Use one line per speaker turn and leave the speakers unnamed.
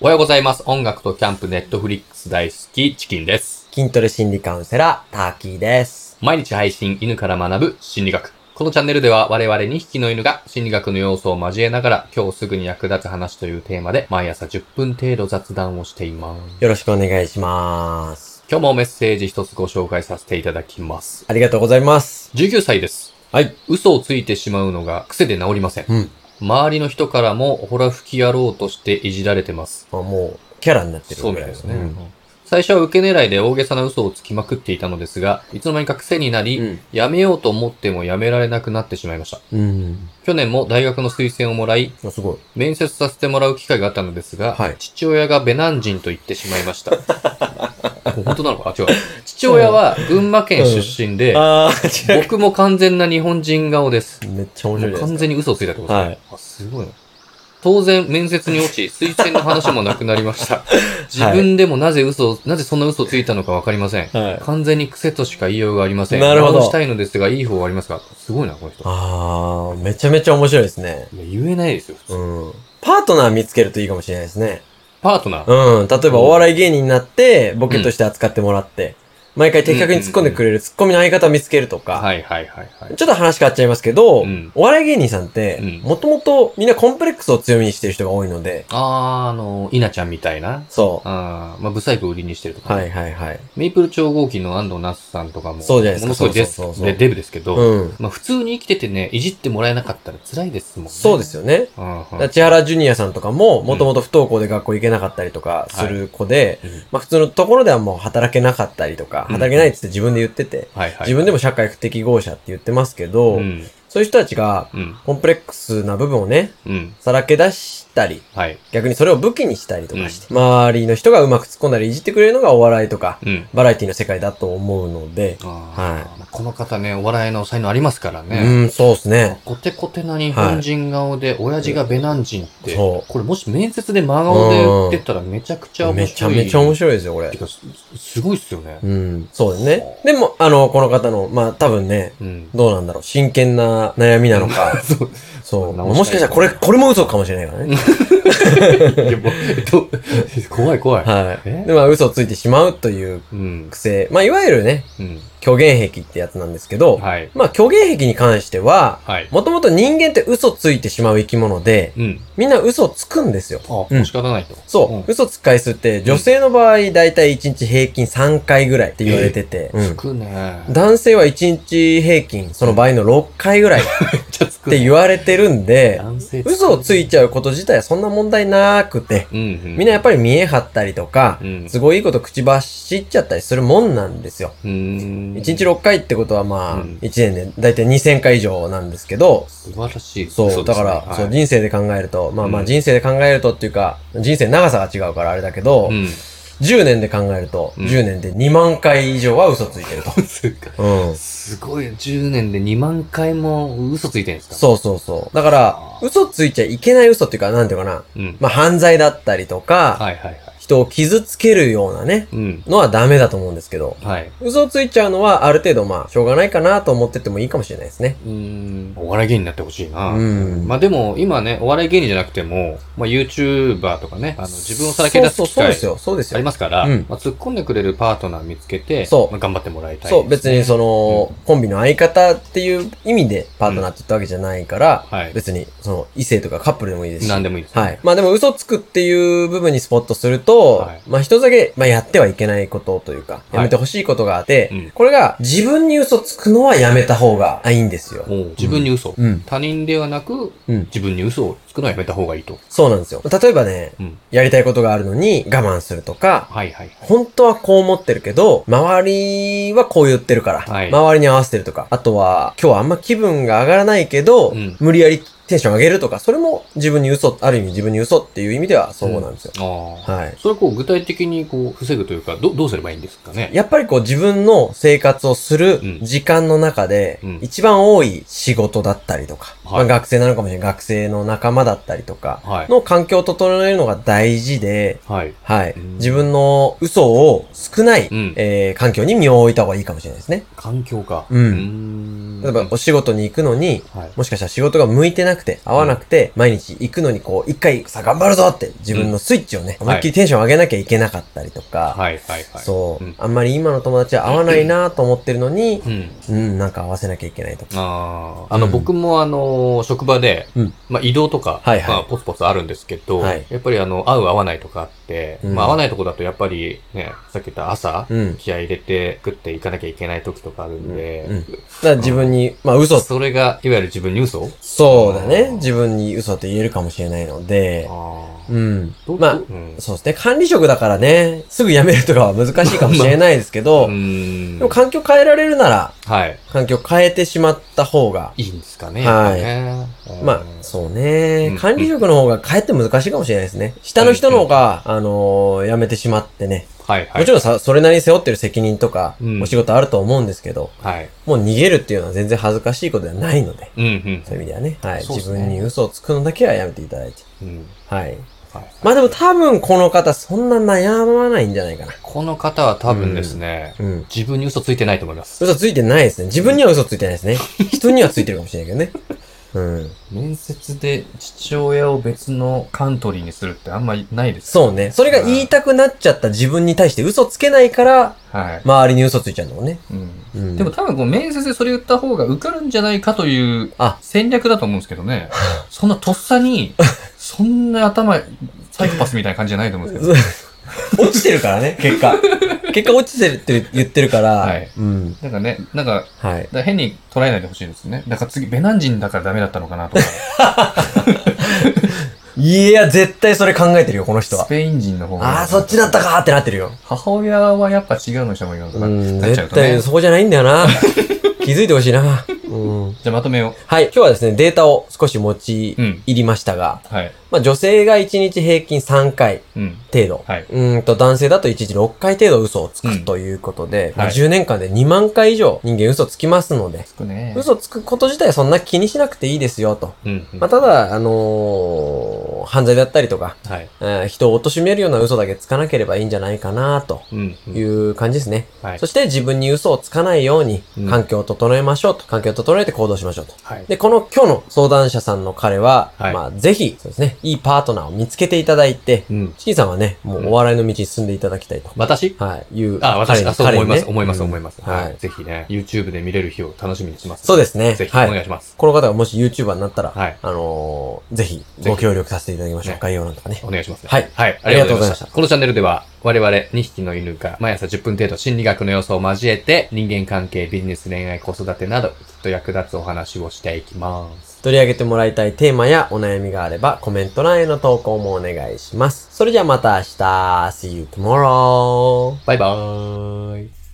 おはようございます。音楽とキャンプ、ネットフリックス大好き、チキンです。
筋トレ心理カウンセラー、ターキーです。
毎日配信、犬から学ぶ心理学。このチャンネルでは我々2匹の犬が心理学の要素を交えながら今日すぐに役立つ話というテーマで毎朝10分程度雑談をしています。
よろしくお願いします。
今日もメッセージ一つご紹介させていただきます。
ありがとうございます。
19歳です。
はい。
嘘をついてしまうのが癖で治りません。
うん。
周りの人からもほら吹きやろうとしていじられてます。
あもう、キャラになってる
そうみた
ら
い
い
ですね。最初は受け狙いで大げさな嘘をつきまくっていたのですが、いつの間にか癖になり、
うん。
やめようと思ってもやめられなくなってしまいました。
うん。
去年も大学の推薦をもらい、
あすごい。
面接させてもらう機会があったのですが、
はい
父親がベナン人と言ってしまい ました。本当なのかな違う。父親は群馬県出身で、
あー、
僕も完全な日本人顔です。
う。 めっちゃ面
も
白
う
いです。
完全に嘘をついたってことですね。
はい
あすごいな。当然、面接に落ち、推薦の話もなくなりま した。自分でもなぜ嘘を、なぜそんな嘘をついたのかわかりません。
はい。
完全に癖としか言いようがありません。
なるほど
直したいのですが、いい方はありますかすごいな、この人。
あー、めちゃめちゃ面白いですね。
いや、言えないですよ、普通。
うん。パートナー見つけるといいかもしれないですね。
パートナー。
うん。例えばお笑い芸人になって、ボケとして扱ってもらって、毎回的確に突っ込んでくれる突っ込みの相方を見つけるとか、
はいはいはいはい。
ちょっと話変わっちゃいますけど、
うん
お笑い芸人さんって
うん、
もともとみんなコンプレックスを強みにしてる人が多いので、
あー、あの、稲ちゃんみたいな。
そ
あー、まあ、ブサイクを売りにしてると
う。
か、
はいはいはい。
メイプル超合金の安藤那須さんとかも、
そうじゃないですか
ものすごいデス
そうそうそうそう
でデブですけど、
うん。
まあ、普通に生きててね、いじってもらえなかったら辛いですもんね。
そうです
よ。
よね。
うんうん
だから千原ジュニアさんとかも、もともと不登校で学校行けなかったりとかする子で、
うん
まあ普通のところではもう働けなかったりとか、
うん
働けないって言って自分で言ってて、
はいはい。
自分でも社会不適合者って言ってますけど、
うん。
そういう人たちが
うん。
コンプレックスな部分をね、
うん。
さらけ出したり、
はい。
逆にそれを武器にしたりとかして、周りの人がうまく突っ込んだりいじってくれるのがお笑いとか、
うん。
バラエティの世界だと思うので、
あーまあこの方ね、お笑いの才能ありますからね。
うん、そうですね。
コテコテな日本人顔で、親父がベナン人って、
そう
これもし面接で真顔で言ってたらめちゃくちゃ面
めちゃ
白い。
めちゃ
白
面白いですよ、これ
て。か、すすごいっすよね
う。ん、そうですね。でも、あの、この方の、まあ、多分ね、
うん。
どうなんだろう、真剣な悩みなの か、
そう。
そ
直し
う。
たい
もしかしたらこれ、これも嘘かもしれない からね。
いやもうえっと怖い怖い。
は
え
い。で、まあ、嘘をついてしまうという
うん。
癖。まあ、いわゆるね、
うん。
虚言癖ってやつなんですけど、
はい。
まあ、虚言癖に関しては、
はい。
もともと人間って嘘ついてしまう生き物で、
うん。
みんな嘘つくんですよ。
あ、も
うん
う仕方ないと。
そう、
うん
嘘つく回数って、女性の場合、だいたい1日平均3回ぐらいって言われてて、
つ
うん
くね。
男性は1日平均、その場合の6回ぐらいっ
めっちゃつく
て
ね。
言われてるんで、
男性
嘘をついちゃうこと自体はそんな問題なくて、
うんうん。
みんなやっぱり見え張ったりとか
う、ん。
すごいいいこと口走っちゃったりするもんなんですよ。
うーん。
1日6回ってことはまあ、
うん
1年でだいたい2000回以上なんですけど、
素晴らしい。
そう、だから、そう、人生で考えると、まあま
う
あ
ん
人生で考えるとっていうか、人生の長さが違うからあれだけど、
うん。
10年で考えると、
うん
10年で2万回以上は嘘ついてると。
そうか
うん。
すごい、10年で2万回も嘘ついてるんですか
そうそうそう。だから
あ、ー
嘘ついちゃいけない嘘っていうか、なんていうかな。
う。うん。
まあ犯罪だったりとか、
はいはいはい。
人を傷つけるようなね、
うん。
のはダメだと思うんですけど、
はい。
嘘をついちゃうのはある程度まあ、しょうがないかなと思ってってもいいかもしれないですね。
うーん。お笑い芸人になってほしいな。
うん
まあでも、今ね、お笑い芸人じゃなくても、まあ YouTuber とかね、あの、自分をさらけ出す
そう
機
そうそう
会
ですよ、そうです
あり
よ。
ますから、
うん
まあ突っ込んでくれるパートナー見つけて、
そう
まあ、頑張ってもらいたい、
そう、別にそ
の。
の、コンビの相方っていう意味でパートナーって言ったわけじゃないから、
はい。
別に、その、異性とかカップルでもいいですし。
何でもいいです、
はい。。まあでも嘘つくっていう部分にスポットすると、
はい
まあ一つだけ、まあやってはいけないことというか、
い
やめてほしいことがあって、
うん
これが自分に嘘つくのはやめた方がいいんですよ。
おう自分に嘘、
うん。
他人ではなく、
うん
自分に嘘をつくのはやめた方がいいと。
そうなんですよ。例えばね、
うん。
やりたいことがあるのに我慢するとか、
はいはいはい。
本当はこう思ってるけど、周りはこう言ってるから、
はい
周りに合わせてるとか、あとは今日はあんま気分が上がらないけど、
うん
無理やりテンション上げるとか、それも自分に嘘、ある意味自分に嘘っていう意味ではそうなんですよ。
ああ。
はい。
それをこう具体的にこう防ぐというか、どどうすればいいんですかね
やっぱりこう自分の生活をする
うん
時間の中で
うん、
一番多い仕事だったりとか、
はい
まあ学生なのかもしれない、学生の仲間だったりとか、
はい。
の環境を整えるのが大事で、
はい。
はい。
うん
自分の嘘を少ない、
うん
えー環境に身を置いた方がいいかもしれないですね。
環境か。
うん
うーん
例えば、お仕事に行くのに、
はい。
もしかしたら仕事が向いてなくくて、合わなくて、毎日行くのにこう、一回さ、頑張るぞって、自分のスイッチをね、
ん
思いっきりテンション上げなきゃいけなかったりとか、
はいはいはい。
そう、
うん
あんまり今の友達は合わないなと思ってるのに、
うん。
うん、なんか合わせなきゃいけないとか。
あーあの、
うん
僕もあの、職場で、
うん
まあ移動とか、
はいはい
まあポツポツあるんですけど、
はい
やっぱりあの、合う合わないとかあって、
うん
まあ合わないとこだとやっぱりね、さっき言った朝、
うん。
気合い入れて食っていかなきゃいけない時とかあるんで、
うんうんだから自分に、まあ嘘、
それが、いわゆる自分に嘘
そうだ
あ
ね
ー。
自分に嘘って言えるかもしれないので、
あー
うん。
どう
まあ
どううん
そうですね。管理職だからね、すぐ辞めるとかは難しいかもしれないですけ ど、
うーん
でも環境変えられるなら、
はい。
環境変えてしまった方が、
いいんですかね。
はい
やっぱね
まあ、そうね、
うん
管理職の方がかえって難しいかもしれないですね。下の人の方が、あのー辞めてしまってね。
うん。はいはい。
もちろんさ、それなりに背負ってる責任とか、
うん
お仕事あると思うんですけど、
はい。
もう逃げるっていうのは全然恥ずかしいことではないので、
うんうん
そういう意味ではね、はい。
そうです
自
ね
分に嘘をつくのだけはやめていただいて。
うん。
はい。
はい
まあでも多分この方そんな悩まないんじゃないかな。
この方は多分ですね、
うん。
自分に嘘ついてないと思います。
嘘ついてないですね。自分には嘘ついてないですね。人にはついてるかもしれないけどね。うん。
面接で父親を別のカントリーにするってあんまりないです。
そうね。それが言いたくなっちゃった自分に対して嘘つけないから、
はい。
周りに嘘ついちゃうんだもんね。
うん
うん。
でも、多分こう面接でそれ言った方が受かるんじゃないかという
あ
戦略だと思うんですけど ね。そんなとっさに、そんな頭、サイコパスみたいな感じじゃないと思うんですけど。
落ちてるからね、結果。結果落ちてるって言ってるから。
はい
うん。
なんかね、なんか、
はい。
だから変に捉えないでほしいですね。だから次、ベナン人だからダメだったのかなとか、
いや、絶対それ考えてるよ、この人
ス
は。
ペイン人の方が。
ああ、そっちだったかーってなってるよ。
母親はやっぱ違うの人もいるのとか、
うん、
なっちゃう
絶
とね。
対
じ
そこじゃないんだよ な。気づいてほしいな。うん。
ゃあまとめよ
はい、今日はですね、データを少し持ち
う。うん。
入りましたが、
はい。
まあ女性が1日平均3回
うん。
程度。
はい。
うーんと、男性だと1日6回程度嘘をつ
うん
くということで、
はい
10年間で2万回以上人間嘘つきますので、
つくね。
嘘つくこと自体はそんな気にしなくていいですよと。
うん。うん
まあ、ただ、あのー犯罪だったりとか、
はい。
えー人を貶めるような嘘だけつかなければいいんじゃないかなと
うん。うん
いう感じですね。
はい
そ。して自分に嘘をつかないように
うん
環境を整えましょうと。環境を整えて行動しましょうと。
はい。
で、この今日の相談者さんの彼は、
はい
まあぜひ、そうですね、いいパートナーを見つけていただいて、
うん。
チキンさんはね、もうお笑いの道に進んでいただきたいと。
私
はい、いう。
あ、私、
彼
あ
に
そう思いま
彼に
す。
ね
思います、
うん
思います。
は
はい。
い。
ぜひね、YouTube で見れる日を楽しみにします。
そうですね
ぜ。ひ、お
はい。
願いします。
この方がもし YouTuber になったら、
はい
あのーぜひご協力させていただきましょう。
ね
概要欄とかね。
お願いしますね。
はい
はい。あ
あ
り
り
が
が
とう
と
ご
うご
ざいま
ざいま
し。
したた
このチャンネルでは、我々2匹の犬が毎朝10分程度心理学の要素を交えて、人間関係、ビジネス、恋愛、子育てなど、きっと役立つお話をしていきます。
取り上げてもらいたいテーマやお悩みがあればコメント欄への投稿もお願いします。それじゃあまた明日 !See you tomorrow!
バイバーイ。